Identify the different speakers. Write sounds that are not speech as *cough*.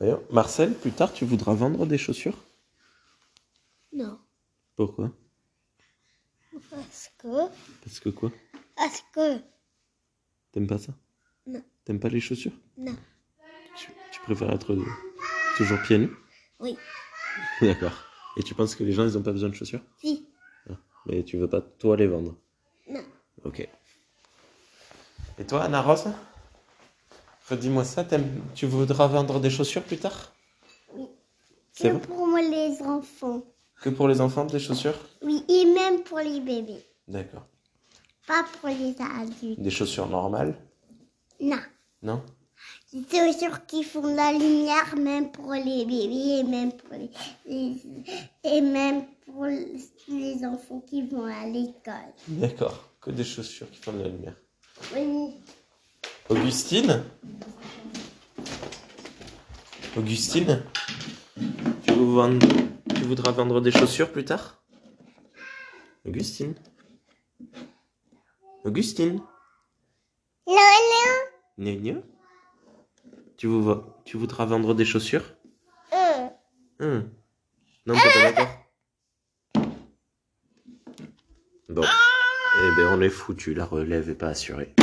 Speaker 1: D'ailleurs, Marcel, plus tard, tu voudras vendre des chaussures
Speaker 2: Non.
Speaker 1: Pourquoi
Speaker 2: Parce que.
Speaker 1: Parce que quoi
Speaker 2: Parce que.
Speaker 1: T'aimes pas ça
Speaker 2: Non.
Speaker 1: T'aimes pas les chaussures
Speaker 2: Non.
Speaker 1: tu, tu préfères être euh, toujours pieds nus
Speaker 2: Oui.
Speaker 1: *laughs* D'accord. Et tu penses que les gens, ils ont pas besoin de chaussures
Speaker 2: Si.
Speaker 1: Mais tu veux pas, toi, les vendre
Speaker 2: Non.
Speaker 1: Ok. Et toi, Anna Rose Redis-moi ça, t'aimes- tu voudras vendre des chaussures plus tard
Speaker 2: Oui.
Speaker 1: C'est
Speaker 2: Que
Speaker 1: vrai
Speaker 2: pour moi, les enfants.
Speaker 1: Que pour les enfants, des chaussures
Speaker 2: Oui, et même pour les bébés.
Speaker 1: D'accord.
Speaker 2: Pas pour les adultes.
Speaker 1: Des chaussures normales
Speaker 2: Non.
Speaker 1: Non
Speaker 2: C'est sûr qu'ils font de la lumière même pour les bébés et même pour les, les- et même pour les enfants qui vont à l'école.
Speaker 1: D'accord. Que des chaussures qui font de la lumière.
Speaker 2: Oui.
Speaker 1: Augustine Augustine tu, veux vendre- tu voudras vendre des chaussures plus tard Augustine Augustine
Speaker 2: Lola.
Speaker 1: Nya, nya. Tu, vou- tu voudras vendre des chaussures
Speaker 2: Euh.
Speaker 1: Hum. Non, t'es pas d'accord Bon. Eh ben, on est foutu, la relève est pas assurée.